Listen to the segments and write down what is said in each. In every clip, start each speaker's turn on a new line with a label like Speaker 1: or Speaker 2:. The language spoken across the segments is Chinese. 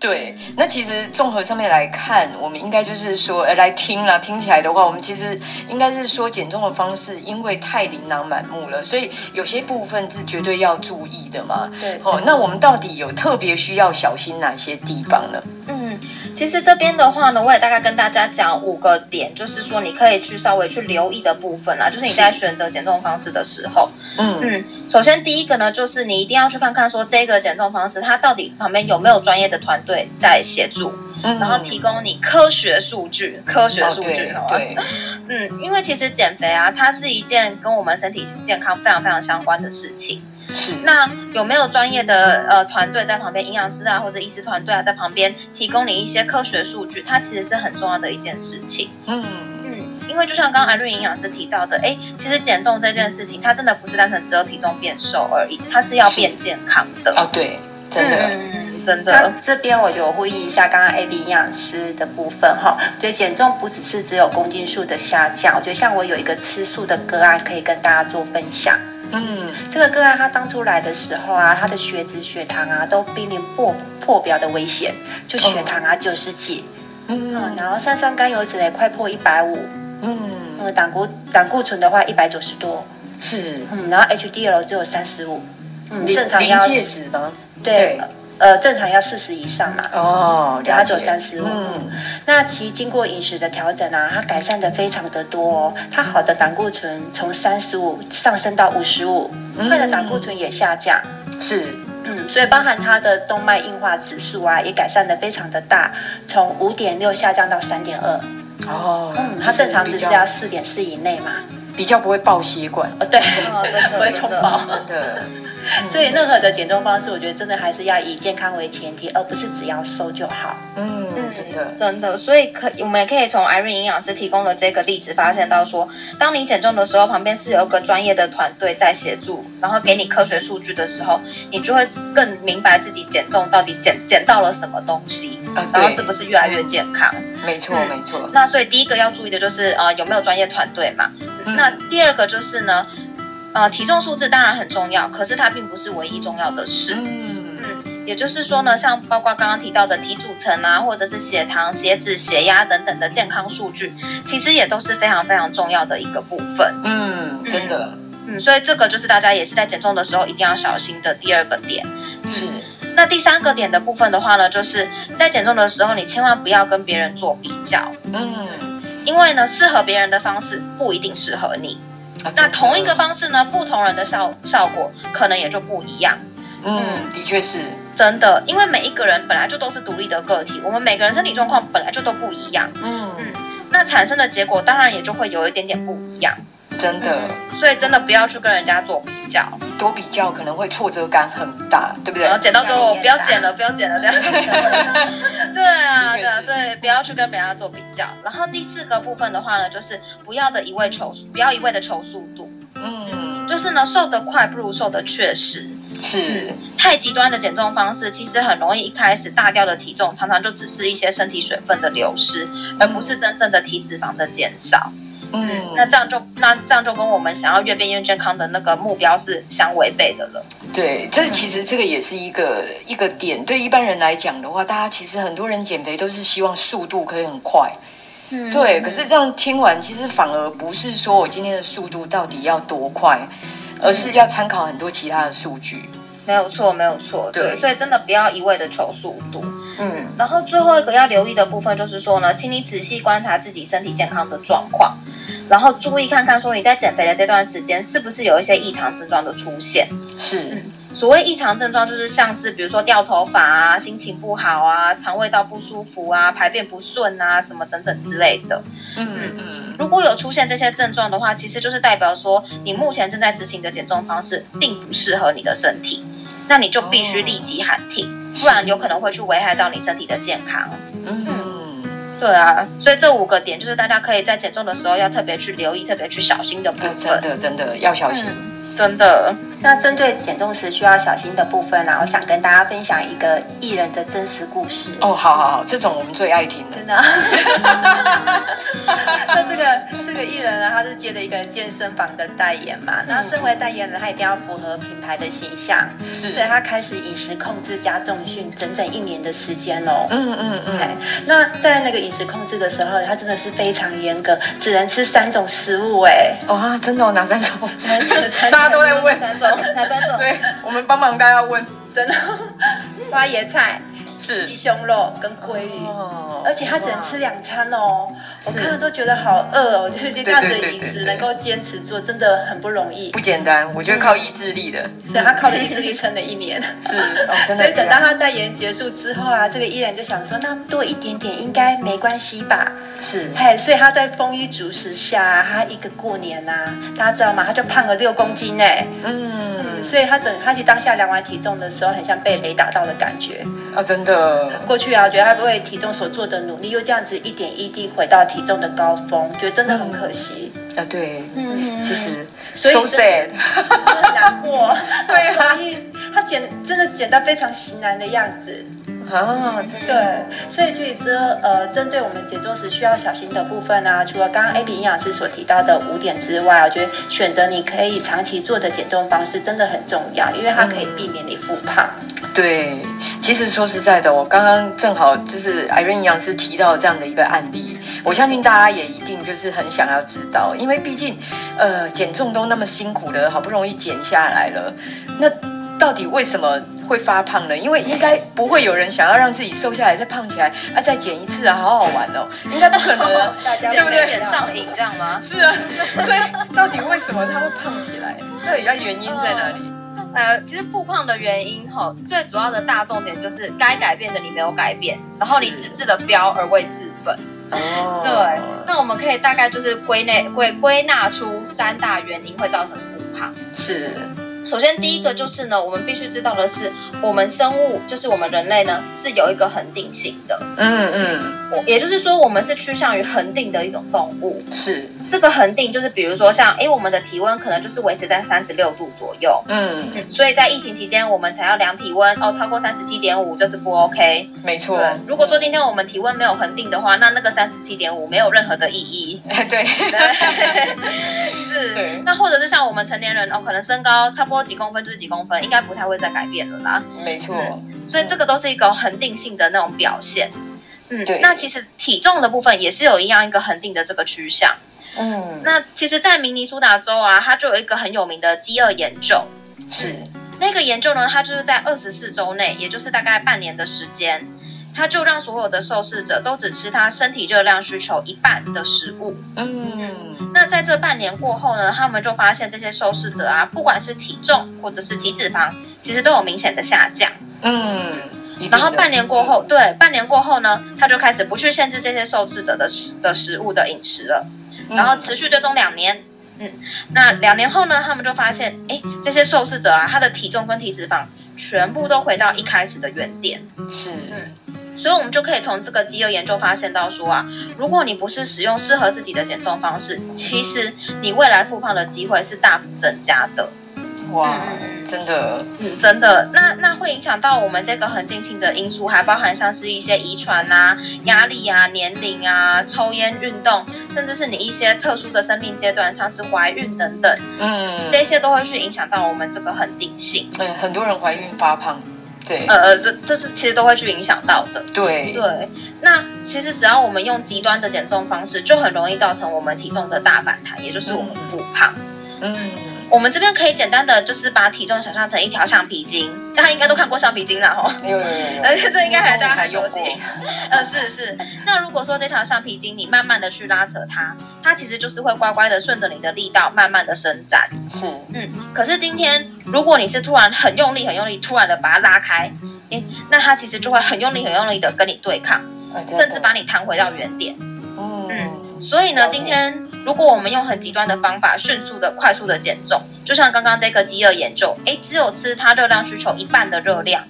Speaker 1: 对，那其实综合上面来看，我们应该就是说，呃，来听啦，听起来的话，我们其实应该是说减重的方式，因为太琳琅满目了，所以有些部分是绝对要注意的嘛。
Speaker 2: 对，
Speaker 1: 哦，那我们到底有特别需要小心哪些地方呢？
Speaker 2: 嗯，其实这边的话呢，我也大概跟大家讲五个点，就是说你可以去稍微去留意的部分啦，就是你在选择减重方式的时候，
Speaker 1: 嗯
Speaker 2: 嗯，首先第一个呢，就是你一定要去看看说这个减重方式它到底旁边有没有专业的团队在协助，
Speaker 1: 嗯
Speaker 2: 然后提供你科学数据，科学
Speaker 1: 哦，
Speaker 2: 数据
Speaker 1: 对
Speaker 2: 好啊吧，
Speaker 1: 对，
Speaker 2: 嗯，因为其实减肥啊，它是一件跟我们身体健康非常非常相关的事情。
Speaker 1: 是，
Speaker 2: 那有没有专业的呃团队在旁边，营养师啊或者医师团队啊在旁边提供你一些科学数据，它其实是很重要的一件事情。
Speaker 1: 嗯
Speaker 2: 嗯，因为就像刚刚艾瑞营养师提到的，哎，其实减重这件事情，它真的不是单纯只有体重变瘦而已，它是要
Speaker 1: 是
Speaker 2: 变健康的。
Speaker 1: 哦，对，真的，
Speaker 2: 嗯，真
Speaker 3: 那
Speaker 2: 的，
Speaker 3: 这边我就呼应一下刚刚 A B 营养师的部分哈，所以减重不只是只有公斤数的下降，我觉得像我有一个吃素的个案可以跟大家做分享。
Speaker 1: 嗯
Speaker 3: 这个个案他当初来的时候啊，他的血脂、血糖啊都濒临破破表的危险，就血糖啊九十几，嗯，
Speaker 1: 哦嗯
Speaker 3: 然后三酸甘油脂呢快破一百五，
Speaker 1: 嗯，
Speaker 3: 嗯，胆固胆固醇的话一百九十多，
Speaker 1: 是
Speaker 3: 嗯，然后 HDL 只有三十五，嗯，
Speaker 1: 临
Speaker 3: 正常
Speaker 1: 临
Speaker 3: 要
Speaker 1: 界值吗？
Speaker 3: 对，呃，正常要四十以上嘛。
Speaker 1: 哦，
Speaker 3: 对它
Speaker 1: 了
Speaker 3: 只有
Speaker 1: 解，
Speaker 3: 35
Speaker 1: 嗯
Speaker 3: 那其实经过饮食的调整啊，它改善的非常的多哦。它好的胆固醇从三十五上升到五十五，
Speaker 1: 嗯
Speaker 3: 坏的胆固醇也下降。
Speaker 1: 是，
Speaker 3: 嗯，所以包含它的动脉硬化指数啊，也改善的非常的大，从五点六下降到三点二。
Speaker 1: 哦，
Speaker 3: 嗯，
Speaker 1: 就
Speaker 3: 它正常
Speaker 1: 比
Speaker 3: 值是
Speaker 1: 较
Speaker 3: 要四点四以内嘛。
Speaker 1: 比较不会爆血管，
Speaker 3: 哦，对，
Speaker 1: 嗯
Speaker 2: 哦真的
Speaker 3: 不会冲爆。
Speaker 1: 真的，
Speaker 3: 所以任何的减重方式，我觉得真的还是要以健康为前提，而不是只要瘦就好。
Speaker 1: 嗯，真的，
Speaker 2: 真的，所以可我们也可以从 Irene 营养师提供的这个例子发现到说，当你减重的时候，旁边是有一个专业的团队在协助，然后给你科学数据的时候，你就会更明白自己减重到底减减到了什么东西，
Speaker 1: 啊，
Speaker 2: 然后
Speaker 1: 对
Speaker 2: 是，不是越来越健康。
Speaker 1: 没错，
Speaker 2: 嗯
Speaker 1: 没错，
Speaker 2: 那所以第一个要注意的就是呃有没有专业团队嘛。
Speaker 1: 嗯
Speaker 2: 那第二个就是呢，呃体重数字当然很重要，可是它并不是唯一重要的事。
Speaker 1: 嗯，
Speaker 2: 嗯，也就是说呢，像包括刚刚提到的体组成啊，或者是血糖、血脂、血压等等的健康数据，其实也都是非常非常重要的一个部分。
Speaker 1: 嗯，真的
Speaker 2: 嗯，所以这个就是大家也是在减重的时候一定要小心的第二个点。嗯
Speaker 1: 是，
Speaker 2: 那第三个点的部分的话呢，就是在减重的时候，你千万不要跟别人做比较，
Speaker 1: 嗯，
Speaker 2: 因为呢，适合别人的方式不一定适合你。
Speaker 1: 啊
Speaker 2: 那
Speaker 1: 真的
Speaker 2: 同一个方式呢，不同人的效效果可能也就不一样。
Speaker 1: 嗯，的确是，
Speaker 2: 真的，因为每一个人本来就都是独立的个体，我们每个人身体状况本来就都不一样，
Speaker 1: 嗯，
Speaker 2: 那产生的结果当然也就会有一点点不一样。
Speaker 1: 真的
Speaker 2: 嗯，所以真的不要去跟人家做比较，
Speaker 1: 多比较可能会挫折感很大，对不对
Speaker 2: 然？后减到最后
Speaker 3: 压力
Speaker 2: 不要
Speaker 3: 很大
Speaker 2: 减了，不要减了这样。对啊，对啊，对，不要去跟别人家做比较。然后第四个部分的话呢，就是不要的一味求，不要一味的求速度，
Speaker 1: 嗯，
Speaker 2: 就是呢，瘦得快不如瘦得确实。
Speaker 1: 是，
Speaker 2: 太极端的减重方式，其实很容易一开始大掉的体重，常常就只是一些身体水分的流失，而不是真正的体脂肪的减少。
Speaker 1: 嗯，
Speaker 2: 那这样就那这样就跟我们想要越变越健康的那个目标是相违背的了。
Speaker 1: 对，这其实这个也是一个一个点。对一般人来讲的话，大家其实很多人减肥都是希望速度可以很快，
Speaker 2: 嗯
Speaker 1: 对，可是这样听完，其实反而不是说我今天的速度到底要多快，而是要参考很多其他的数据。
Speaker 2: 没有错，没有错，对，
Speaker 1: 对
Speaker 2: 所以真的不要一味的求速度。
Speaker 1: 嗯
Speaker 2: 然后最后一个要留意的部分就是说呢，请你仔细观察自己身体健康的状况，然后注意看看说你在减肥的这段时间是不是有一些异常症状的出现。
Speaker 1: 是，
Speaker 2: 嗯所谓异常症状，就是像是比如说掉头发啊、心情不好啊、肠胃道不舒服啊、排便不顺啊什么等等之类的。
Speaker 1: 嗯嗯，
Speaker 2: 如果有出现这些症状的话，其实就是代表说你目前正在执行的减重方式并不适合你的身体，那你就必须立即喊停，不然有可能会去危害到你身体的健康。
Speaker 1: 嗯，
Speaker 2: 对啊，所以这五个点就是大家可以在减重的时候要特别去留意、特别去小心的部
Speaker 1: 啊，真
Speaker 2: 分。
Speaker 1: 的真的要小心。
Speaker 2: 嗯，真的，
Speaker 3: 那针对减重时需要小心的部分呢、啊我想跟大家分享一个艺人的真实故事。
Speaker 1: 哦，好好好，这种我们最爱听的
Speaker 3: 真。的啊。那这个这这个艺人呢，他是接了一个健身房的代言嘛，
Speaker 1: 嗯
Speaker 3: 那身为代言人，他一定要符合品牌的形象，
Speaker 1: 是
Speaker 3: 所以他开始饮食控制加重训，整整一年的时间哦。
Speaker 1: 嗯嗯
Speaker 3: 哎
Speaker 1: 嗯，
Speaker 3: 那在那个饮食控制的时候，他真的是非常严格，只能吃三种食物哎。
Speaker 1: 哇，真的、哦、哪三种？
Speaker 3: 大
Speaker 1: 大家都在问
Speaker 3: 三种，
Speaker 2: 哪三 种？
Speaker 1: 对，我们帮忙大家问，
Speaker 3: 真的， 花椰菜、鸡
Speaker 1: 是
Speaker 3: 胸肉跟鲑鱼。
Speaker 1: 哦
Speaker 3: 而且他只能吃两餐哦，我
Speaker 1: 是嗯
Speaker 3: 看了都觉得好饿哦，就是这样子
Speaker 1: 对对
Speaker 3: 的
Speaker 1: 对
Speaker 3: 饮
Speaker 1: 对
Speaker 3: 食
Speaker 1: 对
Speaker 3: 能够坚持做，真的很不容易
Speaker 1: 不。简单，我觉得靠意志力的，
Speaker 3: 所以他靠着意志力撑了一年。
Speaker 1: 是哦，真
Speaker 3: 所
Speaker 1: 的
Speaker 3: 以
Speaker 1: 不
Speaker 3: 等
Speaker 1: 要。
Speaker 3: 到他代言结束之后啊，这个艺人就想说，那多一点点应该没关系吧？
Speaker 1: 是
Speaker 3: 嘿，所以他在丰衣足食下、啊，他一个过年呐、啊，大家知道吗？他就胖了六公斤哎、
Speaker 1: 嗯，
Speaker 3: 所以他等他其实当下量完体重的时候，很像被雷打到的感觉。
Speaker 1: 啊，真的，
Speaker 3: 过去啊，我觉得他为体重所做的努力，又这样子一点一滴回到体重的高峰，觉得
Speaker 1: 嗯
Speaker 3: 真的很可惜，
Speaker 1: 啊，对，
Speaker 2: 嗯，
Speaker 1: 其实
Speaker 3: 所以
Speaker 1: so sad，
Speaker 3: 真的很难过。
Speaker 1: 对啊，
Speaker 3: 所以他减真的减到非常型男的样子。
Speaker 1: 啊，真的，
Speaker 3: 对，所以所以这呃，针对我们减重时需要小心的部分啊，除了刚刚 A B 营养师所提到的五点之外，我觉得选择你可以长期做的减重方式真的很重要，因为它可以避免你复胖。
Speaker 1: 对，其实说实在的，我刚刚正好就是 Irene 营养师提到这样的一个案例，我相信大家也一定就是很想要知道，因为毕竟，呃，减重都那么辛苦了，好不容易减下来了，那到底为什么会发胖呢？因为应该不会有人想要让自己瘦下来再胖起来啊，再减一次啊，好好玩哦，应该不可能 啊。
Speaker 3: 大家
Speaker 1: 对不对
Speaker 2: 有点上瘾这样吗？
Speaker 1: 是啊， 所以到底为什么他会胖起来？到底它原因在哪里？
Speaker 2: 呃，其实复胖的原因吼，最主要的大重点就是该改变的你没有改变，然后你
Speaker 1: 是
Speaker 2: 只治了标而未治本。
Speaker 1: 哦
Speaker 2: 对，那我们可以大概就是归类归归纳出三大原因会造成复胖。
Speaker 1: 是，
Speaker 2: 首先，第一个就是呢，我们必须知道的是，我们生物就是我们人类呢是有一个恒定性的，
Speaker 1: 嗯嗯，
Speaker 2: 我也就是说，我们是趋向于恒定的一种动物。
Speaker 1: 是，
Speaker 2: 这个恒定就是比如说像，诶，我们的体温可能就是维持在三十六度左右，
Speaker 1: 嗯，
Speaker 2: 嗯，所以在疫情期间，我们才要量体温哦，超过三十七点五就是不 OK。
Speaker 1: 没错。
Speaker 2: 对，如果说今天我们体温没有恒定的话，那那个三十七点五没有任何的意 义。
Speaker 1: 哎，对，对
Speaker 2: 是，那或者是像我们成年人哦，可能身高差不多几公分就是几公分，应该不太会再改变了啦。
Speaker 1: 没错，
Speaker 2: 所以这个都是一个恒定性的那种表现。嗯
Speaker 1: 对，
Speaker 2: 那其实体重的部分也是有一样一个恒定的这个趋向。
Speaker 1: 嗯，
Speaker 2: 那其实，在明尼苏达州啊，它就有一个很有名的饥饿研究。
Speaker 1: 是，
Speaker 2: 那个研究呢，它就是在二十四周内，也就是大概半年的时间，它就让所有的受试者都只吃他身体热量需求一半的食物。
Speaker 1: 嗯，
Speaker 2: 那在这半年过后呢，他们就发现这些受试者啊，不管是体重或者是体脂肪，其实都有明显的下降。
Speaker 1: 嗯，一定的
Speaker 2: 然后半年过后，，对，半年过后呢，他就开始不去限制这些受试者的食的食物的饮食了。
Speaker 1: 嗯
Speaker 2: 然后持续追踪两年。嗯，那两年后呢，他们就发现，哎，这些受试者啊，他的体重跟体脂肪全部都回到一开始的原点。
Speaker 1: 嗯是，
Speaker 2: 所以，我们就可以从这个饥饿研究发现到说啊，如果你不是使用适合自己的减重方式，其实你未来复胖的机会是大幅增加的。
Speaker 1: 哇
Speaker 2: 嗯嗯，嗯
Speaker 1: 真的，
Speaker 2: 嗯，真的，那那会影响到我们这个恒定性的因素，还包含像是一些遗传啊、压力啊、年龄啊、抽烟、运动，甚至是你一些特殊的生命阶段，像是怀孕等等，
Speaker 1: 嗯，
Speaker 2: 这些都会去影响到我们这个恒定性。
Speaker 1: 嗯，很多人怀孕发胖，对，
Speaker 2: 呃，这这是其实都会去影响到的。
Speaker 1: 对，
Speaker 2: 对，那其实只要我们用极端的减重方式，就很容易造成我们体重的大反弹，也就是我们复胖。
Speaker 1: 嗯，
Speaker 2: 我们这边可以简单的就是把体重想象成一条橡皮筋，大家应该都看过橡皮筋了吼。
Speaker 1: 有有有有，
Speaker 2: 而且这应该还大家
Speaker 1: 才
Speaker 2: 还
Speaker 1: 用
Speaker 2: 熟
Speaker 1: 过，
Speaker 2: 悉。呃，是是。那如果说这条橡皮筋你慢慢的去拉扯它，它其实就是会乖乖的顺着你的力道慢慢的伸展。
Speaker 1: 是，
Speaker 2: 嗯。可是今天如果你是突然很用力很用力，突然的把它拉开，诶，那它其实就会很用力很用力的跟你对抗，
Speaker 1: 哎真的
Speaker 2: 甚至把你弹回到原点。
Speaker 1: 嗯，
Speaker 2: 所以呢
Speaker 1: 了，解
Speaker 2: 今天如果我们用很极端的方法，迅速的、快速的减重，就像刚刚这个饥饿研究，诶，只有吃它热量需求一半的热量，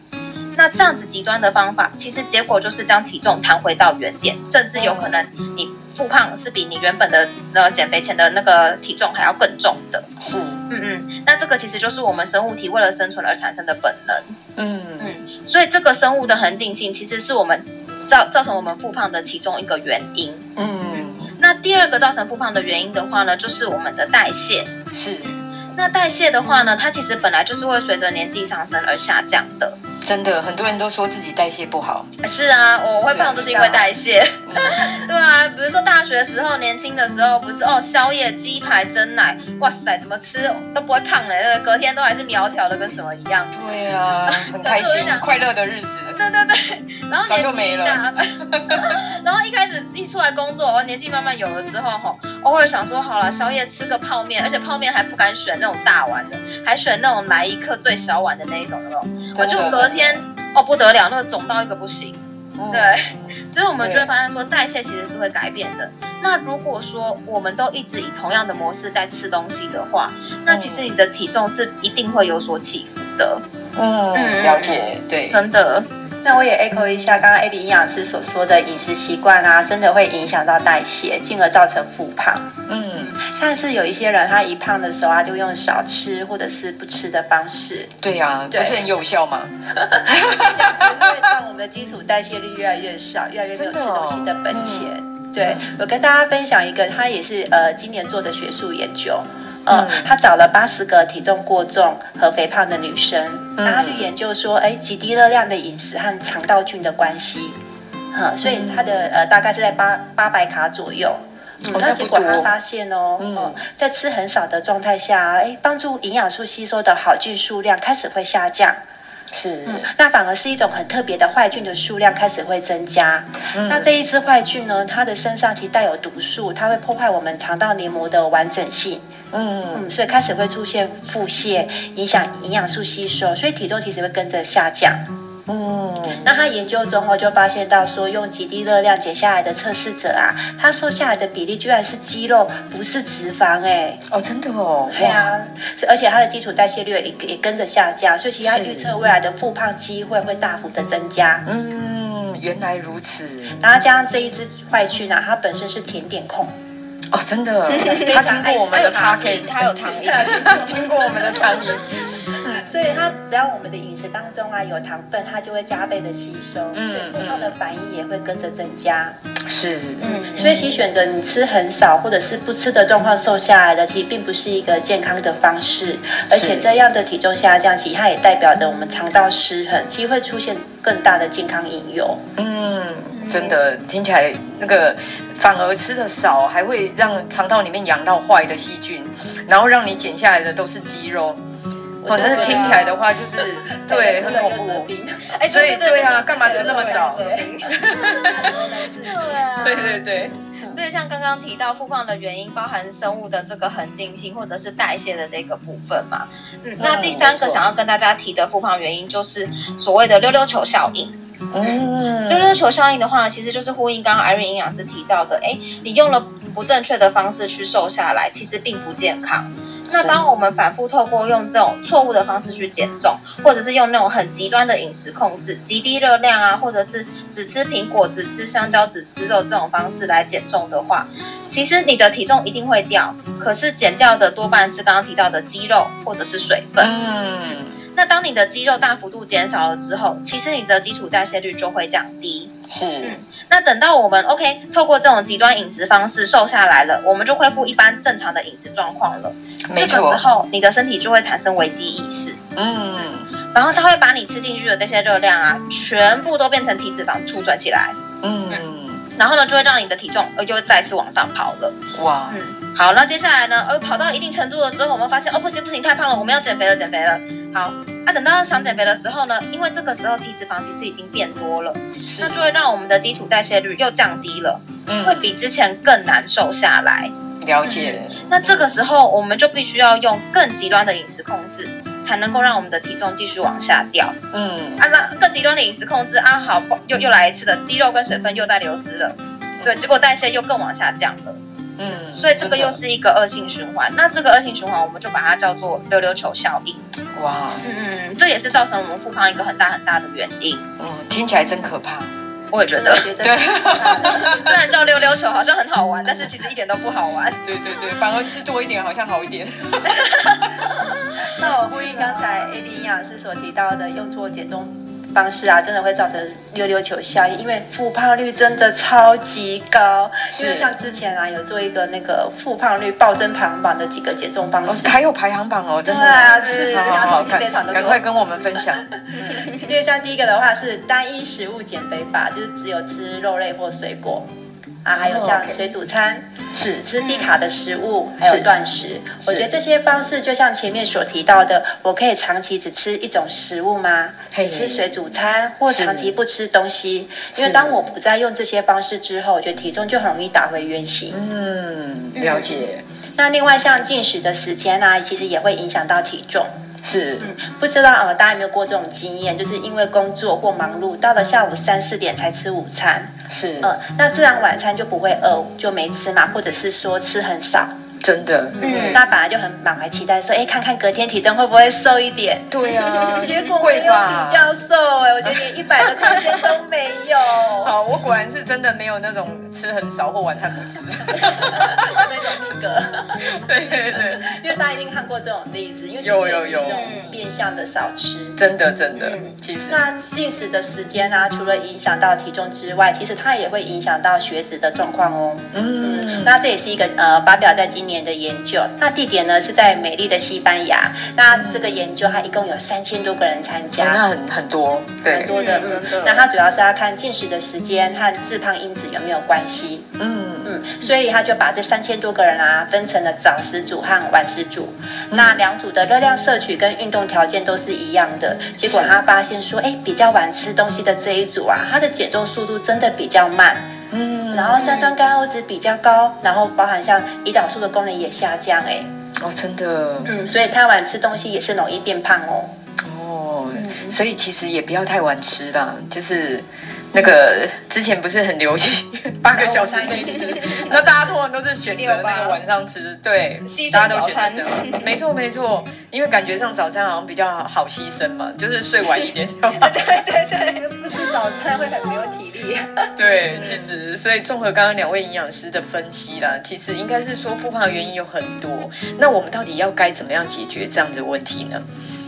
Speaker 2: 那这样子极端的方法，其实结果就是将体重弹回到原点，甚至有可能你复胖是比你原本的呃减肥前的那个体重还要更重的。
Speaker 1: 是，
Speaker 2: 嗯嗯，那这个其实就是我们生物体为了生存而产生的本能，
Speaker 1: 嗯，
Speaker 2: 所以这个生物的恒定性其实是我们造造成我们复胖的其中一个原因。
Speaker 1: 嗯，
Speaker 2: 那第二个造成复胖的原因的话呢，就是我们的代谢。
Speaker 1: 是
Speaker 2: 那代谢的话呢，它其实本来就是会随着年纪上升而下降的。
Speaker 1: 真的，很多人都说自己代谢不好，
Speaker 2: 是啊，我会胖就是因为代谢。
Speaker 1: 嗯
Speaker 2: 对啊，比如说大学的时候，年轻的时候不是哦，宵夜、鸡排、蒸奶，哇塞，怎么吃都不会胖嘞、那个隔天都还是苗条的跟什么一样。
Speaker 1: 对啊，很开心
Speaker 2: 我跟你讲
Speaker 1: 快乐的日子，
Speaker 2: 对对对，然后
Speaker 1: 早
Speaker 2: 年
Speaker 1: 就
Speaker 2: 纪
Speaker 1: 没了。
Speaker 2: 大， 然后一开始一出来工作，哦年纪慢慢有了之后，吼，偶尔想说好了，宵夜吃个泡面，而且泡面还不敢选那种大碗的，还选那种来一颗最小碗的那一种，有没有？我
Speaker 1: 真
Speaker 2: 就
Speaker 1: 的
Speaker 2: 隔天，哦不得了，那个肿到一个不行。
Speaker 1: 嗯
Speaker 2: 对所以我们就
Speaker 1: 对
Speaker 2: 会发现说，代谢其实是会改变的。那如果说我们都一直以同样的模式在吃东西的话，那其实你的体重是一定会有所起伏的，
Speaker 1: 嗯，
Speaker 2: 嗯
Speaker 1: 了解，对，
Speaker 2: 真的。
Speaker 3: 那我也 echo 一下刚刚 AB 营养师所说的饮食习惯啊，真的会影响到代谢，进而造成复胖。
Speaker 1: 嗯，
Speaker 3: 像是有一些人他一胖的时候啊，就用少吃或者是不吃的方式，
Speaker 1: 对呀，不
Speaker 3: 对
Speaker 1: 是很有效吗？
Speaker 3: 这样子会让我们的基础代谢率越来越少，越来越没有吃
Speaker 1: 哦
Speaker 3: 东西的本钱。
Speaker 1: 嗯
Speaker 3: 对我跟大家分享一个，他也是呃今年做的学术研究。呃
Speaker 1: 嗯，
Speaker 3: 他找了八十个体重过重和肥胖的女生，
Speaker 1: 嗯
Speaker 3: 那他去研究说，哎，极低热量的饮食和肠道菌的关系。嗯，所以他的呃大概是在八八百卡左右。嗯
Speaker 1: 哦，
Speaker 3: 那
Speaker 1: 那
Speaker 3: 结
Speaker 1: 不
Speaker 3: 果他
Speaker 1: 多
Speaker 3: 发现哦，
Speaker 1: 嗯
Speaker 3: 哦，在吃很少的状态下啊，哎，帮助营养素吸收的好菌数量开始会下降，
Speaker 1: 是，
Speaker 3: 嗯，那反而是一种很特别的坏菌的数量开始会增加。
Speaker 1: 嗯
Speaker 3: 那这一只坏菌呢，它的身上其实带有毒素，它会破坏我们肠道黏膜的完整性，
Speaker 1: 嗯
Speaker 3: 嗯，所以开始会出现腹泻，影响营养素吸收，所以体重其实会跟着下降。
Speaker 1: 嗯，
Speaker 3: 那他研究中哦，就发现到说，用极低热量减下来的测试者啊，他瘦下来的比例居然是肌肉，不是脂肪哎、
Speaker 1: 哦，真的哦，
Speaker 3: 对啊，所以而且他的基础代谢率也跟也跟着下降，所以其实他
Speaker 1: 是
Speaker 3: 预测未来的复胖机会会大幅的增加。
Speaker 1: 哇，嗯，原来如此，
Speaker 3: 然后加上这一只坏菌呢、啊，它本身是甜点控，
Speaker 1: 哦，真的，
Speaker 3: 非
Speaker 1: 他
Speaker 3: 常
Speaker 1: 听过我们的 p o
Speaker 3: 爱
Speaker 1: c a s
Speaker 2: 哎还
Speaker 1: t
Speaker 2: 有糖
Speaker 3: 瘾
Speaker 2: 尿病，
Speaker 1: 听过我们的产品，
Speaker 3: 所以它只要我们的饮食当中啊有糖分，它就会加倍的吸收，
Speaker 1: 嗯
Speaker 3: 所以肥胖的反应也会跟着增加。
Speaker 1: 是，
Speaker 3: 嗯，所以其实选择你吃很少或者是不吃的状况瘦下来的，其实并不是一个健康的方式，而且这样的体重下降，其实它也代表着我们肠道失衡，其实会出现更大的健康隐忧。
Speaker 1: 嗯，真的听起来那个反而吃的少，还会让肠道里面养到坏的细菌，然后让你减下来的都是肌肉。哦，
Speaker 3: 我觉得
Speaker 1: 那
Speaker 2: 啊
Speaker 1: 听起来的话 就是对，很恐
Speaker 3: 又得
Speaker 1: 怖。
Speaker 3: 病
Speaker 2: 哎，
Speaker 1: 所以对啊，
Speaker 2: 对
Speaker 1: 干嘛吃那么少？
Speaker 2: 对啊，
Speaker 1: 对对对，
Speaker 2: 所以像刚刚提到复胖的原因，包含生物的这个恒定性或者是代谢的这个部分嘛。嗯，那第三
Speaker 1: 没
Speaker 2: 个
Speaker 1: 错
Speaker 2: 想要跟大家提的复胖原因就是所谓的溜溜球效应。溜
Speaker 1: 嗯，
Speaker 2: 溜球效应的话，其实就是呼应刚刚 Irene 营养师提到的，哎，你用了不正确的方式去瘦下来，其实并不健康。那
Speaker 1: 是
Speaker 2: 当我们反复透过用这种错误的方式去减重，或者是用那种很极端的饮食控制，极低热量啊，或者是只吃苹果、只吃香蕉、只吃肉这种方式来减重的话，其实你的体重一定会掉，可是减掉的多半是刚刚提到的肌肉或者是水分。
Speaker 1: 嗯，
Speaker 2: 那当你的肌肉大幅度减少了之后，其实你的基础代谢率就会降低。
Speaker 1: 是，
Speaker 2: 那等到我们 OK 透过这种极端饮食方式瘦下来了，我们就恢复一般正常的饮食状况了。
Speaker 1: 没
Speaker 2: 这
Speaker 1: 错
Speaker 2: 嗯个时，候你的身体就会产生危机意识，
Speaker 1: 嗯
Speaker 2: 然后它会把你吃进去的这些热量啊，全部都变成体脂肪储存起来，
Speaker 1: 嗯，
Speaker 2: 然后呢就会让你的体重呃又再次往上跑了。
Speaker 1: 哇，
Speaker 2: 嗯，好，那接下来呢，呃跑到一定程度了之后，我们发现哦不行不行太胖了，我们要减肥了减肥了。好，啊等到想减肥的时候呢，因为这个时候体脂肪其实已经变多了，
Speaker 1: 是
Speaker 2: 嗯那，就会让我们的基础代谢率又降低了。会
Speaker 1: 嗯，
Speaker 2: 比之前更难瘦下来。
Speaker 1: 了解，
Speaker 2: 那这个时候，我们就必须要用更极端的饮食控制，才能够让我们的体重继续往下掉。
Speaker 1: 嗯，
Speaker 2: 啊，那更极端的饮食控制啊，好，又又来一次了，肌肉跟水分又在流失了。对，结果代谢又更往下降了，
Speaker 1: 嗯，
Speaker 2: 所以这个又
Speaker 1: 真
Speaker 2: 是一个恶性循环。那这个恶性循环，我们就把它叫做溜溜球效应。
Speaker 1: 的哇，
Speaker 2: 嗯嗯，这也是造成我们复胖一个很大很大的原因。
Speaker 1: 嗯，听起来真可怕。
Speaker 2: 我也觉
Speaker 3: 真的
Speaker 2: 得
Speaker 3: 我，觉得很可怕 的。
Speaker 2: 虽然叫溜溜球好像很好玩，但是其实一点都不好玩。
Speaker 1: 对对对，反而吃多一点好像好一点。
Speaker 3: 啊那我呼应刚才 A B 营养师所提到的用错减重方式啊，真的会造成溜溜球效应，因为复胖率真的超级高。因为
Speaker 1: 是
Speaker 3: 像之前啊，有做一个那个复胖率暴增排行榜的几个减重方
Speaker 1: 哦
Speaker 3: 式，
Speaker 1: 还有排行榜哦，真的
Speaker 3: 对啊就是
Speaker 1: 好好好，
Speaker 3: 非常非常
Speaker 1: 赶
Speaker 3: 地多
Speaker 1: 赶快跟我们分享。
Speaker 3: 因为像第一个的话是单一食物减肥法，就是只有吃肉类或水果。啊，还有
Speaker 1: 哦
Speaker 3: 像
Speaker 1: ，OK
Speaker 3: 水煮餐、
Speaker 1: 是
Speaker 3: 吃低卡的食物，还有
Speaker 1: 是
Speaker 3: 断食，我
Speaker 1: 是
Speaker 3: 觉得这些方式就像前面所提到的，我可以长期只吃一种食物吗？
Speaker 1: 嘿
Speaker 3: 只吃水煮餐，或
Speaker 1: 是
Speaker 3: 长期不吃东西？因为
Speaker 1: 是
Speaker 3: 当我不再用这些方式之后，我觉得体重就很容易打回原形。
Speaker 1: 嗯，了解，
Speaker 3: 那另外像进食的时间呢、其实也会影响到体重。
Speaker 1: 是
Speaker 3: 嗯，不知道呃，大家有没有过这种经验？就是因为工作或忙碌，到了下午三四点才吃午餐，
Speaker 1: 是，
Speaker 3: 嗯、那自然晚餐就不会饿，就没吃嘛，或者是说吃很少，
Speaker 1: 真的，
Speaker 2: 嗯
Speaker 3: 那本来就很满怀期待说，哎，看看隔天体重会不会瘦一点。
Speaker 1: 对啊，
Speaker 3: 结果没
Speaker 1: 会
Speaker 3: 有
Speaker 1: 吧
Speaker 3: 比？较瘦哎、我觉得连一百的空间都没有。
Speaker 1: 好，我果然是真的没有那种吃很少或晚餐不 吃。
Speaker 3: 那种那个，
Speaker 1: 对对对，
Speaker 3: 因为大家一定看过这种例子，因为
Speaker 1: 有有有
Speaker 3: 这种变相的少吃。
Speaker 1: 真的真的
Speaker 2: 嗯，
Speaker 1: 其实
Speaker 3: 那进食的时间啊，除了影响到体重之外，其实它也会影响到血脂的状况哦。
Speaker 1: 嗯，
Speaker 3: 那这也是一个呃发表在今年的研究，那地点呢是在美丽的西班牙。那这个研究它一共有三千多个人参
Speaker 1: 哦
Speaker 3: 加。
Speaker 1: 那很很多，
Speaker 3: 很
Speaker 1: 对，
Speaker 3: 多的，嗯
Speaker 2: 嗯真的，
Speaker 3: 那它主要是要看进食的时间和致胖因子有没有关系，
Speaker 1: 嗯
Speaker 3: 嗯，所以他就把这三千多个人啊分成了早食组和晚食组，
Speaker 1: 嗯
Speaker 3: 那两组的热量摄取跟运动条件都是一样的，结果
Speaker 1: 是
Speaker 3: 他发现说，哎，比较晚吃东西的这一组啊，它的减重速度真的比较慢，
Speaker 1: 嗯，
Speaker 3: 然后三酸甘油脂比较高，然后包含像胰岛素的功能也下降、哎，
Speaker 1: 哦，真的
Speaker 3: 嗯，所以太晚吃东西也是容易变胖哦。
Speaker 1: 哦，所以其实也不要太晚吃啦，就是。那个之前不是很流 行八个小时内吃，那大家通常都是选择那个晚上吃，对，
Speaker 2: 牺牲
Speaker 1: 大家都选
Speaker 2: 早
Speaker 1: 择这
Speaker 2: 餐
Speaker 1: 样，没错没错，因为感觉上早餐好像比较好牺牲嘛，就是睡晚一 点就好。
Speaker 3: 不吃早餐会很没有体力。
Speaker 1: 对，其实所以综合刚刚两位营养师的分析啦，其实应该是说复胖的原因有很多。那我们到底要该怎么样解决这样的问题呢？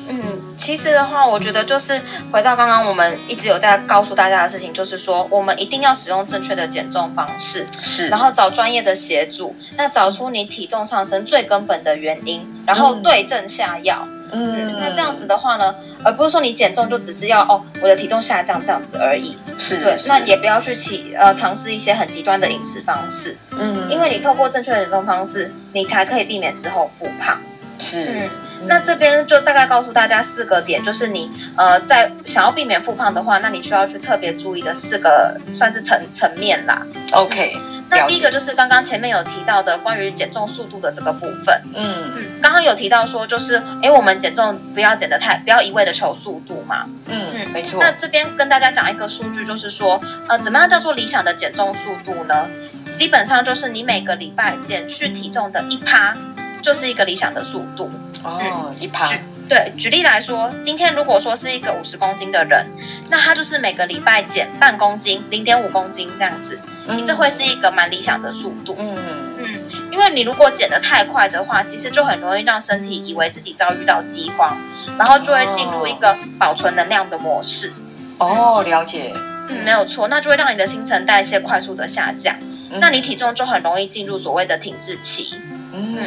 Speaker 2: 嗯，其实的话，我觉得就是回到刚刚我们一直有在告诉大家的事情，就是说我们一定要使用正确的减重方式，
Speaker 1: 是，
Speaker 2: 然后找专业的协助，那找出你体重上升最根本的原因，然后
Speaker 1: 嗯
Speaker 2: 对症下药。
Speaker 1: 嗯
Speaker 2: 嗯，那这样子的话呢，而不是说你减重就只是要哦，我的体重下降这样子而已。对
Speaker 1: 是，是
Speaker 2: 那也不要去起呃尝试一些很极端的饮食方式，
Speaker 1: 嗯
Speaker 2: 因为你透过正确的减重方式，你才可以避免之后复胖。
Speaker 1: 是
Speaker 2: 嗯，那这边就大概告诉大家四个点，就是你呃在想要避免复胖的话，那你需要去特别注意的四个算是层层面啦。
Speaker 1: OK，
Speaker 2: 那
Speaker 1: 了
Speaker 2: 第一个
Speaker 1: 解，
Speaker 2: 就是刚刚前面有提到的关于减重速度的这个部分，
Speaker 1: 嗯
Speaker 2: 嗯，刚刚有提到说就是诶我们减重不要减得太，不要一味的求速度嘛。
Speaker 1: 嗯，
Speaker 2: 嗯
Speaker 1: 没错
Speaker 2: 那，这边跟大家讲一个数据，就是说呃怎么样叫做理想的减重速度呢？基本上就是你每个礼拜减去体重的一趴，就是一个理想的速度。
Speaker 1: 哦，一趴，
Speaker 2: 对，举例来说，今天如果说是一个五十公斤的人，那他就是每个礼拜减半公斤，零点五公斤这样子，
Speaker 1: 嗯
Speaker 2: 这会是一个蛮理想的速度。
Speaker 1: 嗯
Speaker 2: 嗯，因为你如果减得太快的话，其实就很容易让身体以为自己遭遇到饥荒，然后就会进入一个保存能量的模式。
Speaker 1: 哦，了解，
Speaker 2: 嗯，没有错，那就会让你的新陈代谢快速的下降，
Speaker 1: 嗯
Speaker 2: 那你体重就很容易进入所谓的停滞期。
Speaker 1: 嗯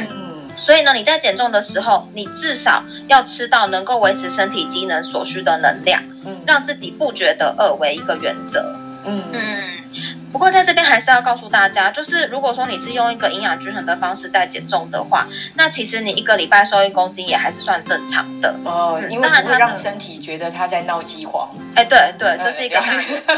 Speaker 2: 所以呢，你在减重的时候，你至少要吃到能够维持身体机能所需的能量，
Speaker 1: 嗯
Speaker 2: 让自己不觉得饿为一个原则。
Speaker 1: 嗯
Speaker 2: 嗯，不过在这边还是要告诉大家，就是如果说你是用一个营养均衡的方式在减重的话，那其实你一个礼拜瘦一公斤也还是算正常的。
Speaker 1: 哦，
Speaker 2: 嗯
Speaker 1: 因为
Speaker 2: 当然
Speaker 1: 不会
Speaker 2: 它
Speaker 1: 让
Speaker 2: 的
Speaker 1: 身体觉得他在闹饥荒，
Speaker 2: 哎，对对，这是一
Speaker 1: 嗯
Speaker 2: 个大
Speaker 1: 了解
Speaker 2: 原则。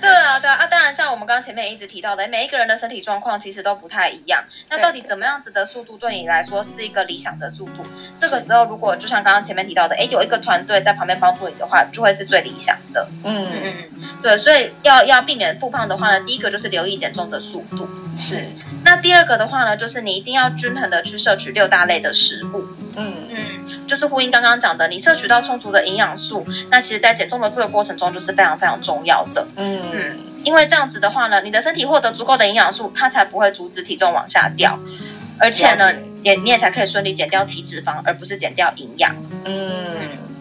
Speaker 2: 对啊，对啊，啊，当然，像我们刚刚前面一直提到的，每一个人的身体状况其实都不太一样。那
Speaker 3: 对
Speaker 2: 到底怎么样子的速度对你来说是一个理想的速度？这个时候，如果就像刚刚前面提到的，哎，有一个团队在旁边帮助你的话，就会是最理想的。嗯
Speaker 1: 嗯，
Speaker 2: 嗯，对，所以要要避免复胖的话呢，第一个就是留意减重的速度。
Speaker 1: 是，
Speaker 2: 那第二个的话呢，就是你一定要均衡的去摄取六大类的食物。
Speaker 1: 嗯
Speaker 2: 嗯，就是呼应刚刚讲的，你摄取到充足的营养素，那其实在减重的这个过程中就是非常非常重要的。
Speaker 1: 嗯
Speaker 2: 因为这样子的话呢，你的身体获得足够的营养素，它才不会阻止体重往下掉，而且呢
Speaker 1: 了解，
Speaker 2: 也你也才可以顺利减掉体脂肪，而不是减掉营养。
Speaker 1: 嗯，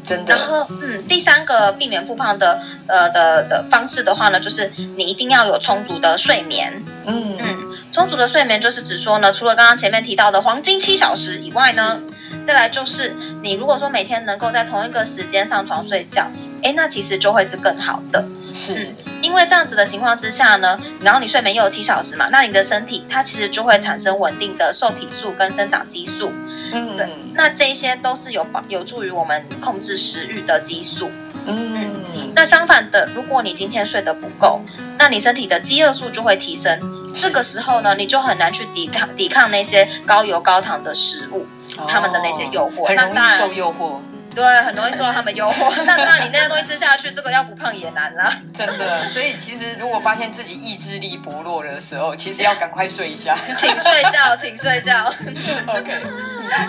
Speaker 1: 真
Speaker 2: 然
Speaker 1: 的，
Speaker 2: 后，嗯，第三个避免复胖的呃的的方式的话呢，就是你一定要有充足的睡眠。
Speaker 1: 嗯
Speaker 2: 嗯，充足的睡眠就是指说呢，除了刚刚前面提到的黄金七小时以外呢，再来就是你如果说每天能够在同一个时间上床睡觉，诶，那其实就会是更好的。
Speaker 1: 是，
Speaker 2: 因为这样子的情况之下呢，然后你睡眠又有七小时嘛，那你的身体它其实就会产生稳定的瘦体素跟生长激素，对
Speaker 1: 嗯
Speaker 2: 那这一些都是有帮有助于我们控制食欲的激素。
Speaker 1: 嗯，
Speaker 2: 那相反的，如果你今天睡得不够，那你身体的饥饿素就会提升。这个时候呢，你就很难去抵抗抵抗那些高油高糖的食物，他们的那些诱惑
Speaker 1: 哦很容易
Speaker 2: 那当然
Speaker 1: 受诱惑，
Speaker 2: 对，很容易受到他们诱惑。那当然，你那些东西吃下去，这个要不胖也难啦。
Speaker 1: 真的。所以其实如果发现自己意志力薄弱的时候，其实要赶快睡一下。
Speaker 2: 请睡觉，请睡觉。
Speaker 1: OK，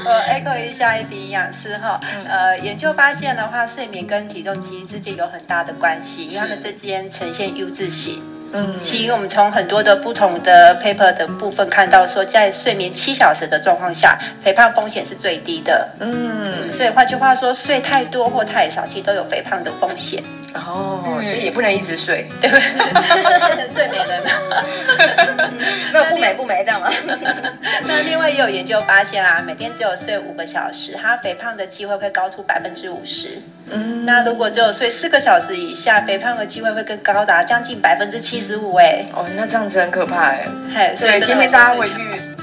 Speaker 3: 我呃 echo 一下 A B 营养师哈
Speaker 1: 嗯，
Speaker 3: 呃，研究发现的话，睡眠跟体重其实之间有很大的关系，因为
Speaker 1: 是
Speaker 3: 它们之间呈现 U 字形。
Speaker 1: 嗯，
Speaker 3: 其实我们从很多的不同的 paper 的部分看到说，在睡眠七小时的状况下，肥胖风险是最低的。
Speaker 1: 嗯，
Speaker 3: 所以换句话说，睡太多或太少，其实都有肥胖的风险。
Speaker 1: 哦，
Speaker 2: 嗯
Speaker 1: 所以也不能一直睡。
Speaker 3: 睡美人。
Speaker 2: 没有不美不美这样吗？
Speaker 3: 那另外也有研究发现啊，每天只有睡五个小时，它肥胖的机会会高出百分之五十。
Speaker 1: 嗯
Speaker 3: 那如果只有睡四个小时以下，肥胖的机会会更高达将近百分之七十五哎。
Speaker 1: 哦，那这样子很可怕哎。
Speaker 3: 嘿，所
Speaker 1: 对，
Speaker 3: 以
Speaker 1: 今天大家回去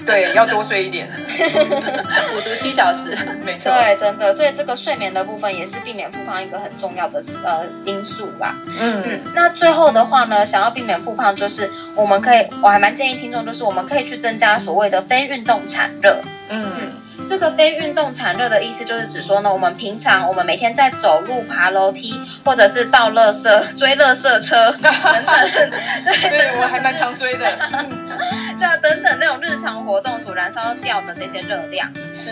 Speaker 1: 对要多睡一点，
Speaker 3: 补足七小时。
Speaker 1: 没错。
Speaker 2: 嗯对，真的，所以这个睡眠的部分也是避免复胖一个很重要的呃因素啦。嗯
Speaker 1: 嗯，，
Speaker 2: 那最后的话呢，想要避免复胖，就是我们可以，我还蛮建议听众，就是我们可以去增加所谓的非运动产热。
Speaker 1: 嗯
Speaker 2: 这个非运动产热的意思就是指说呢，我们平常我们每天在走路、爬楼梯，或者是倒垃圾、追垃圾车 等等，
Speaker 1: 对我还蛮常追的，
Speaker 2: 这等等那种日常活动所燃烧掉的这些热量。
Speaker 1: 是，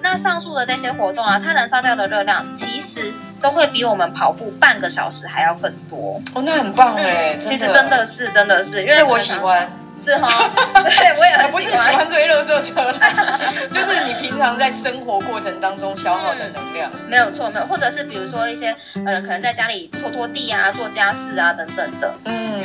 Speaker 2: 那上述的这些活动啊，它燃烧掉的热量其实都会比我们跑步半个小时还要更多。
Speaker 1: 哦，那很棒哎，
Speaker 2: 嗯
Speaker 1: 真
Speaker 2: 其实
Speaker 1: 的，
Speaker 2: 真，的是真的是，因为
Speaker 1: 这我喜欢，
Speaker 2: 是哈， 对我也
Speaker 1: 啊
Speaker 2: 很
Speaker 1: 不是喜欢追乐色车 啦，就是你平常在生活过程当中消耗的能量，
Speaker 2: 没有错，没有，或者是比如说一些呃，可能在家里拖拖地啊、做家事啊等等的，
Speaker 1: 嗯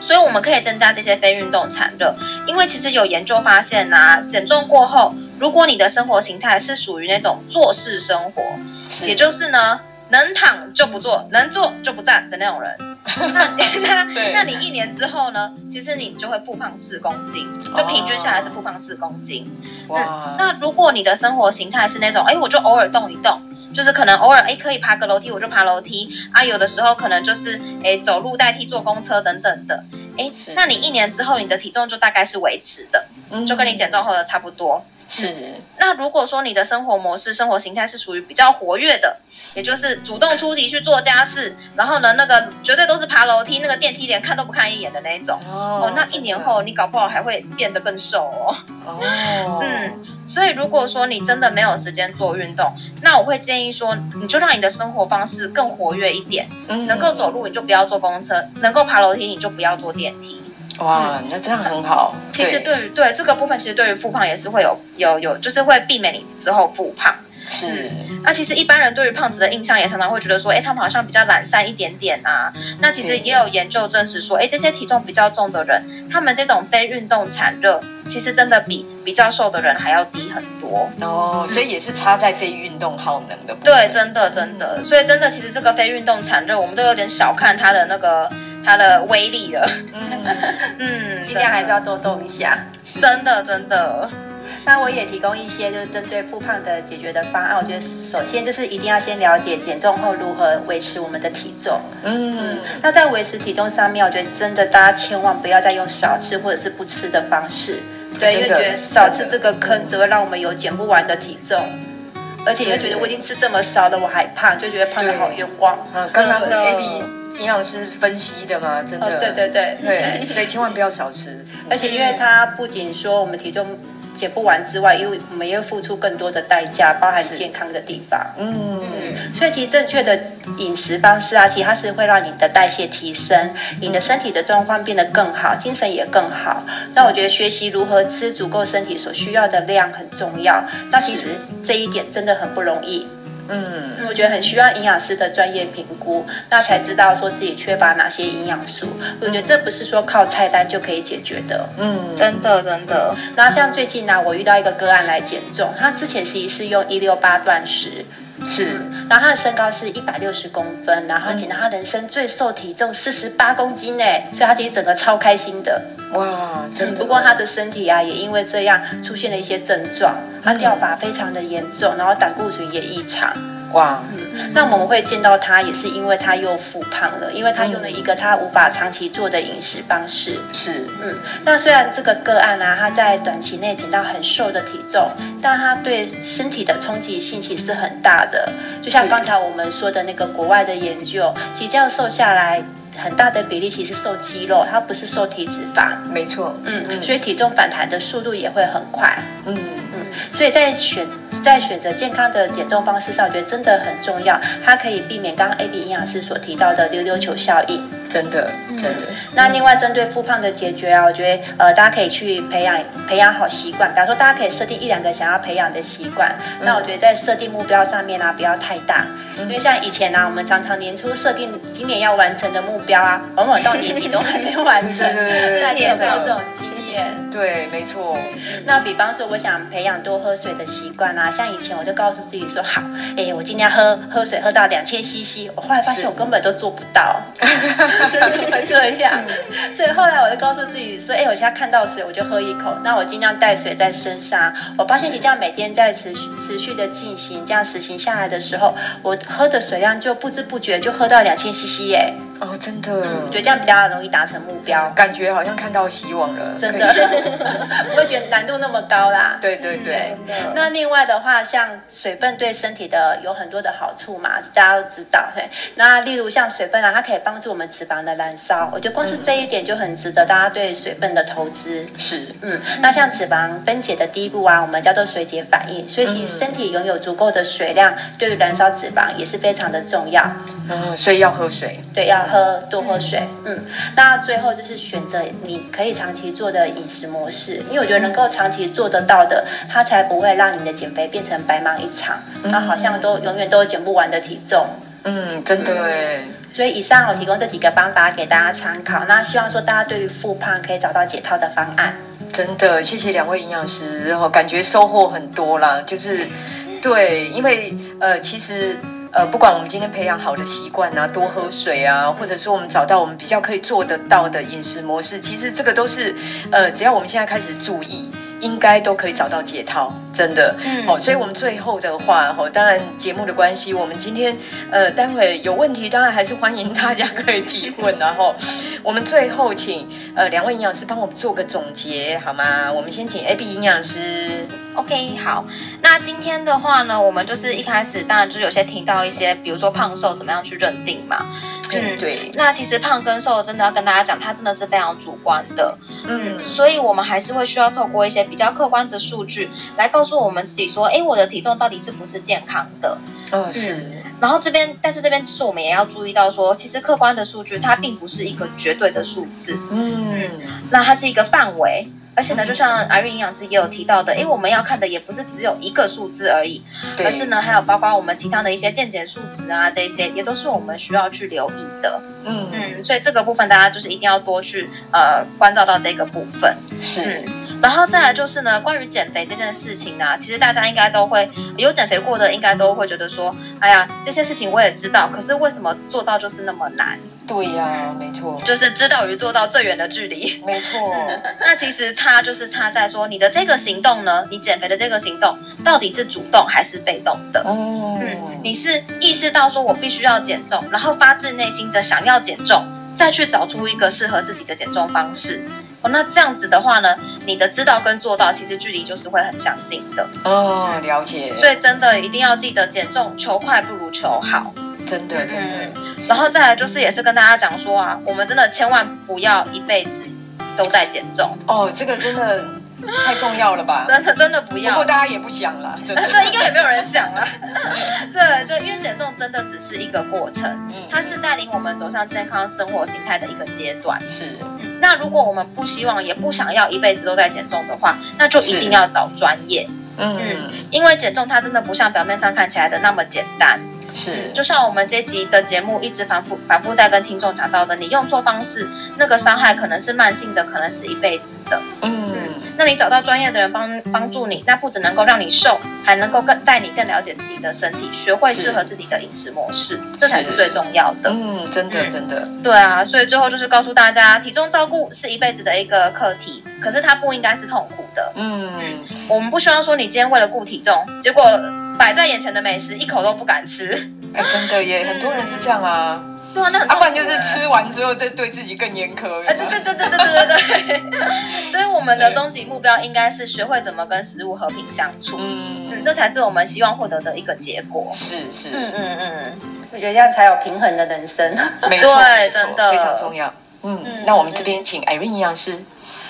Speaker 2: 所以我们可以增加这些非运动产热，因为其实有研究发现呐、减重过后，如果你的生活形态是属于那种坐式生活，
Speaker 1: 是，
Speaker 2: 也就是呢。能躺就不坐，能坐就不站的那种人， 那那
Speaker 1: 对
Speaker 2: 那你一年之后呢？其实你就会复胖四公斤，就平均下来是复胖四公斤。
Speaker 1: 哇，
Speaker 2: 那如果你的生活形态是那种，哎，我就偶尔动一动，就是可能偶尔哎可以爬个楼梯，我就爬楼梯啊，有的时候可能就是哎走路代替坐公车等等的，哎
Speaker 1: 是，
Speaker 2: 那你一年之后你的体重就大概是维持的，
Speaker 1: 嗯
Speaker 2: 就跟你减重后的差不多。
Speaker 1: 是，
Speaker 2: 那如果说你的生活模式、生活形态是属于比较活跃的，也就是主动出击去做家事，然后呢，那个绝对都是爬楼梯，那个电梯连看都不看一眼的那一种。
Speaker 1: 哦
Speaker 2: 哦，那一年后你搞不好还会变得更瘦哦。
Speaker 1: 真的哦，
Speaker 2: 嗯，所以如果说你真的没有时间做运动，那我会建议说，你就让你的生活方式更活跃一点，
Speaker 1: 嗯
Speaker 2: 能够走，路你就不要坐公车，能够爬楼梯你就不要坐电梯。
Speaker 1: 哇，那这样很好，
Speaker 2: 其实对于对这个部分，其实对于复胖也是会有有有，就是会避免你之后复胖。
Speaker 1: 是，
Speaker 2: 那其实一般人对于胖子的印象也常常会觉得说，哎，他们好像比较懒散一点点啊。那其实
Speaker 1: 对
Speaker 2: 也有研究证实说，哎，这些体重比较重的人，他们这种非运动产热，其实真的比比较瘦的人还要低很多。
Speaker 1: 哦，所以也是差在非运动耗能的部分，
Speaker 2: 对，真的真的，所以真的，其实这个非运动产热，我们都有点小看它的那个它的威力 了。
Speaker 1: 嗯，
Speaker 2: 嗯，
Speaker 3: 尽量还是要多动一下。
Speaker 1: 是
Speaker 2: 真的真的，
Speaker 3: 那我也提供一些就是针对复胖的解决的方案。我觉得首先就是一定要先了解减重后如何维持我们的体重。
Speaker 1: 嗯，
Speaker 3: 那在维持体重上面，我觉得真的大家千万不要再用少吃或者是不吃的方式，对，因为
Speaker 1: 真
Speaker 3: 觉
Speaker 1: 的
Speaker 3: 得少吃这个坑
Speaker 1: 真的
Speaker 3: 只会让我们有减不完的体重，而且你会觉得我已经吃这么少了，我还胖，就觉得胖的好冤枉。
Speaker 1: 嗯，刚刚
Speaker 2: 真的
Speaker 1: A B 营养师分析的嘛，真
Speaker 3: 哦
Speaker 1: 的，，
Speaker 3: 对对对，
Speaker 1: 对，所以千万不要少吃，
Speaker 3: 而且因为它不仅说我们体重减不完之外，因为我们也会付出更多的代价，包含
Speaker 1: 是
Speaker 3: 健康的地方。
Speaker 1: 嗯，
Speaker 3: 所以其实正确的饮食方式啊，其实它是会让你的代谢提升，你的身体的状况变得更好，精神也更好。那我觉得学习如何吃足够身体所需要的量很重要。那其实这一点真的很不容易。
Speaker 1: 嗯，
Speaker 3: 我觉得很需要营养师的专业评估，那才知道说自己缺乏哪些营养素。我觉得这不是说靠菜单就可以解决的。
Speaker 1: 嗯，
Speaker 2: 真的真的，
Speaker 3: 然后像最近呢、我遇到一个个案来减重，他之前其实是用一六八断食，
Speaker 1: 是，
Speaker 3: 然后他的身高是一百六十公分，然后减到他人生最瘦体重四十八公斤呢，所以他其实整个超开心的。
Speaker 1: 哇，真
Speaker 3: 嗯，
Speaker 1: 的。
Speaker 3: 不过他的身体啊，也因为这样出现了一些症状，他掉发非常的严重，然后胆固醇也异常。
Speaker 1: 哇，
Speaker 3: 嗯，那我们会见到他，也是因为他又复胖了，因为他用了一个他无法长期做的饮食方式。
Speaker 1: 是，
Speaker 3: 嗯，那虽然这个个案啊，他在短期内减到很瘦的体重，但他对身体的冲击性其实很大的。就像
Speaker 1: 是
Speaker 3: 刚才我们说的那个国外的研究，其实这样瘦下来，很大的比例其实瘦肌肉，它不是瘦体脂肪。
Speaker 1: 没错，
Speaker 3: 嗯，所以体重反弹的速度也会很快。
Speaker 1: 嗯，
Speaker 3: 嗯，所以在选在选择健康的减重方式上，我觉得真的很重要。它可以避免刚刚 A B 营养师所提到的溜溜球效应。
Speaker 1: 真的，真的，
Speaker 3: 那另外针对复胖的解决啊，我觉得呃大家可以去培养培养好习惯，比方说大家可以设定一两个想要培养的习惯。
Speaker 1: 嗯
Speaker 3: 那我觉得在设定目标上面啊，不要太大。因为像以前呢、啊，我们常常年初设定今年要完成的目标啊，往往到年底都还没完成。
Speaker 1: 对对 对对
Speaker 3: 大家有没有
Speaker 2: 真的
Speaker 3: 这种经验？
Speaker 1: 对，没错，
Speaker 3: 那比方说，我想培养多喝水的习惯啊，像以前我就告诉自己说，好，哎、我今天喝喝水喝到两千 CC，我后来发现
Speaker 1: 是
Speaker 3: 我根本都做不到， 真的会这样。所以后来我就告诉自己说，哎、我现在看到水我就喝一口，那我尽量带水在身上。我发现你这样每天在持续持续的进行，这样实行下来的时候，我喝的水量就不知不觉就喝到两千 CC 耶，
Speaker 1: 哦，真
Speaker 3: 我觉得
Speaker 1: 的，
Speaker 3: 这样比较容易达成目标，
Speaker 1: 感觉好像看到希望了，
Speaker 3: 真
Speaker 1: 可以
Speaker 3: 的，不会觉得难度那么高啦。
Speaker 1: 对对对，
Speaker 2: 真的
Speaker 3: 那另外的话，像水分对身体的有很多的好处嘛，大家都知道。嘿，那例如像水分啊，它可以帮助我们脂肪的燃烧，我觉得光是这一点就很值得大家对水分的投资。
Speaker 1: 是，
Speaker 3: 嗯，那像脂肪分解的第一步啊，我们叫做水解反应，所以其实身体拥有足够的水量，对于燃烧脂肪也是非常的重要。
Speaker 1: 嗯，所以要喝水，
Speaker 3: 对，要喝多喝水。嗯，那最后就是选择你可以长期做的饮食模式，因为我觉得能够长期做得到的，它才不会让你的减肥变成白忙一场，那好像都永远都减不完的体重。
Speaker 1: 嗯，真的哎，
Speaker 3: 所以以上我提供这几个方法给大家参考，那希望说大家对于复胖可以找到解套的方案。
Speaker 1: 真的，谢谢两位营养师，然后感觉收获很多啦。就是，对，因为呃，其实呃，不管我们今天培养好的习惯啊，多喝水啊，或者说我们找到我们比较可以做得到的饮食模式，其实这个都是呃，只要我们现在开始注意。应该都可以找到解套，真的。
Speaker 2: 嗯
Speaker 1: 好、所以我们最后的话，哦，当然节目的关系，我们今天呃，待会有问题，当然还是欢迎大家可以提问，然 后我们最后请呃两位营养师帮我们做个总结好吗？我们先请 A B 营养师，
Speaker 2: OK，好，那今天的话呢，我们就是一开始当然就是有些听到一些，比如说胖瘦怎么样去认定嘛。
Speaker 1: 嗯，对，
Speaker 2: 那其实胖跟瘦真的要跟大家讲，它真的是非常主观的，
Speaker 1: 嗯
Speaker 2: 所以我们还是会需要透过一些比较客观的数据来告诉我们自己说，哎，我的体重到底是不是健康的？
Speaker 1: 哦是，
Speaker 2: 然后这边，但是这边就是我们也要注意到说，其实客观的数据它并不是一个绝对的数字，
Speaker 1: 嗯
Speaker 2: 那它是一个范围。而且呢，就像艾瑞营养师也有提到的，哎，我们要看的也不是只有一个数字而已，
Speaker 1: 对
Speaker 2: 而是呢，还有包括我们其他的一些健检数值啊，这一些也都是我们需要去留意的。
Speaker 1: 嗯
Speaker 2: 嗯，所以这个部分大家就是一定要多去呃关照到这个部分。
Speaker 1: 是
Speaker 2: 嗯然后再来就是呢，关于减肥这件事情啊，其实大家应该都会有减肥过的，应该都会觉得说，哎呀，这些事情我也知道，可是为什么做到就是那么难？
Speaker 1: 对呀，没错
Speaker 2: 就是知道与做到最远的距离。
Speaker 1: 没错，
Speaker 2: 那其实差就是差在说，你的这个行动呢，你减肥的这个行动到底是主动还是被动的？嗯，
Speaker 1: 嗯
Speaker 2: 你是意识到说我必须要减重，然后发自内心的想要减重，再去找出一个适合自己的减重方式。哦，那这样子的话呢，你的知道跟做到其实距离就是会很相近的。
Speaker 1: 哦了解，
Speaker 2: 所以真的一定要记得减重，求快不如求好。
Speaker 1: 真的真的，
Speaker 2: 嗯然后再来就是也是跟大家讲说啊，我们真的千万不要一辈子都在减重，
Speaker 1: 哦这个真的太重要了吧？
Speaker 2: 真的真的不
Speaker 1: 不
Speaker 2: 要。
Speaker 1: 过大家也不想啦，真的，
Speaker 2: 这应该也没有人想了。 对对，因为减重真的只是一个过程，
Speaker 1: 嗯
Speaker 2: 它是带领我们走向健康生活形态的一个阶段。
Speaker 1: 是
Speaker 2: 那如果我们不希望也不想要一辈子都在减重的话，那就一定要找专业。
Speaker 1: 嗯，
Speaker 2: 因为减重它真的不像表面上看起来的那么简单。
Speaker 1: 是，
Speaker 2: 就像我们这集的节目一直反复反复在跟听众讲到的，你用错方式，那个伤害可能是慢性的，可能是一辈子的。
Speaker 1: 嗯，
Speaker 2: 那你找到专业的人帮帮助你，那不只能够让你瘦，还能够更带你更了解自己的身体，学会
Speaker 1: 是
Speaker 2: 适合自己的饮食模式，这才是最重要的。
Speaker 1: 嗯，真的，真的，
Speaker 2: 对啊，所以最后就是告诉大家，体重照顾是一辈子的一个课题，可是它不应该是痛苦的。
Speaker 1: 嗯，
Speaker 2: 我们不希望说你今天为了顾体重，结果摆在眼前的美食一口都不敢吃。
Speaker 1: 哎，真的耶，很多人是这样啊，
Speaker 2: 对啊，那很
Speaker 1: 啊，
Speaker 2: 痛
Speaker 1: 不
Speaker 2: 苦
Speaker 1: 然就是
Speaker 2: 欸
Speaker 1: 吃完之后再对自己更严苛，有
Speaker 2: 啊，
Speaker 1: 没有
Speaker 2: 对对对对对对对对。 所以我们的终极目标应该是学会怎么跟食物和平相处，嗯，这
Speaker 1: 嗯，
Speaker 2: 才是我们希望获得的一个结果。
Speaker 1: 是是，
Speaker 2: 嗯嗯嗯，
Speaker 3: 我觉得这样才有平衡的人生。
Speaker 1: 没错，
Speaker 2: 对
Speaker 1: 没错
Speaker 2: 真的
Speaker 1: 非常重要。嗯
Speaker 2: 嗯，
Speaker 1: 那我们这边请 Irene 营养师，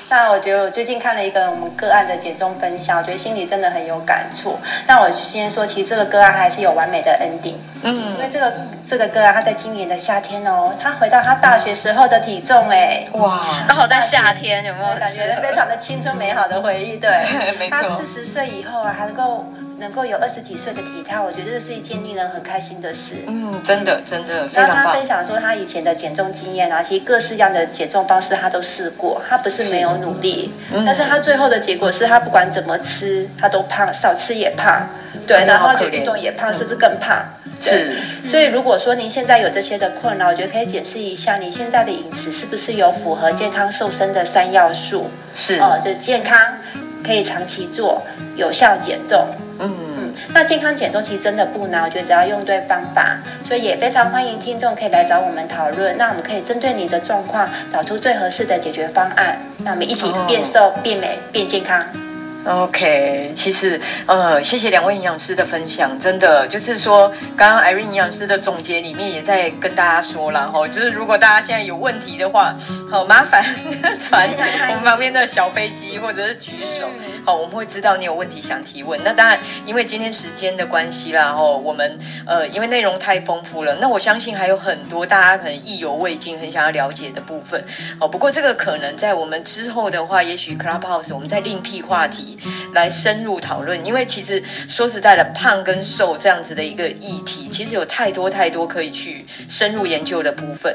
Speaker 3: 那我觉得我最近看了一个我们个案的减重分享，我觉得心里真的很有感触。那我先说，其实这个个案还是有完美的 ending，因为
Speaker 1: 嗯，
Speaker 3: 这个这个个案他在今年的夏天哦，他回到他大学时候的体重哎，
Speaker 1: 哇，
Speaker 2: 刚好在夏天，有没有
Speaker 3: 感觉非常的青春美好的回忆，对。
Speaker 1: 没
Speaker 3: 他
Speaker 1: 错
Speaker 3: 四，十岁以后啊，还能够能够有二十几岁的体态，我觉得这是一件令人很开心的事。
Speaker 1: 嗯，真的真的非
Speaker 3: 那
Speaker 1: 常
Speaker 3: 他
Speaker 1: 棒
Speaker 3: 分，享说，他以前的减重经验啊，其实各式样的减重方式他都试过，他不是没有努力，
Speaker 1: 嗯
Speaker 3: 但是他最后的结果是他不管怎么吃，他都胖，少吃也胖，
Speaker 1: 哎
Speaker 3: 对，
Speaker 1: 呀
Speaker 3: 然
Speaker 1: 好
Speaker 3: 后
Speaker 1: 可
Speaker 3: 就
Speaker 1: 怜嗯
Speaker 3: 运动也胖，甚至更胖。对，
Speaker 1: 是，
Speaker 3: 所以如果说您现在有这些的困扰，我觉得可以检视一下你现在的饮食是不是有符合健康瘦身的三要素。
Speaker 1: 是，
Speaker 3: 哦，就健康可以长期做，有效减重。
Speaker 1: 嗯
Speaker 3: 嗯，那健康减重其实真的不难，我觉得只要用对方法，所以也非常欢迎听众可以来找我们讨论。那我们可以针对你的状况，找出最合适的解决方案，那我们一起
Speaker 1: 哦
Speaker 3: 变瘦、变美、变健康。
Speaker 1: ，OK，其实呃，谢谢两位营养师的分享，真的就是说，刚刚 Irene 营养师的总结里面也在跟大家说了哈，就是如果大家现在有问题的话，好麻烦 传我们旁边的小飞机或者是举手。
Speaker 2: 嗯
Speaker 1: 好，我们会知道你有问题想提问。那当然，因为今天时间的关系啦，哦，我们呃，因为内容太丰富了，那我相信还有很多大家很意犹未尽、很想要了解的部分。哦，不过这个可能在我们之后的话，也许 Clubhouse 我们再另辟话题来深入讨论，因为其实说实在的，胖跟瘦这样子的一个议题，其实有太多太多可以去深入研究的部分。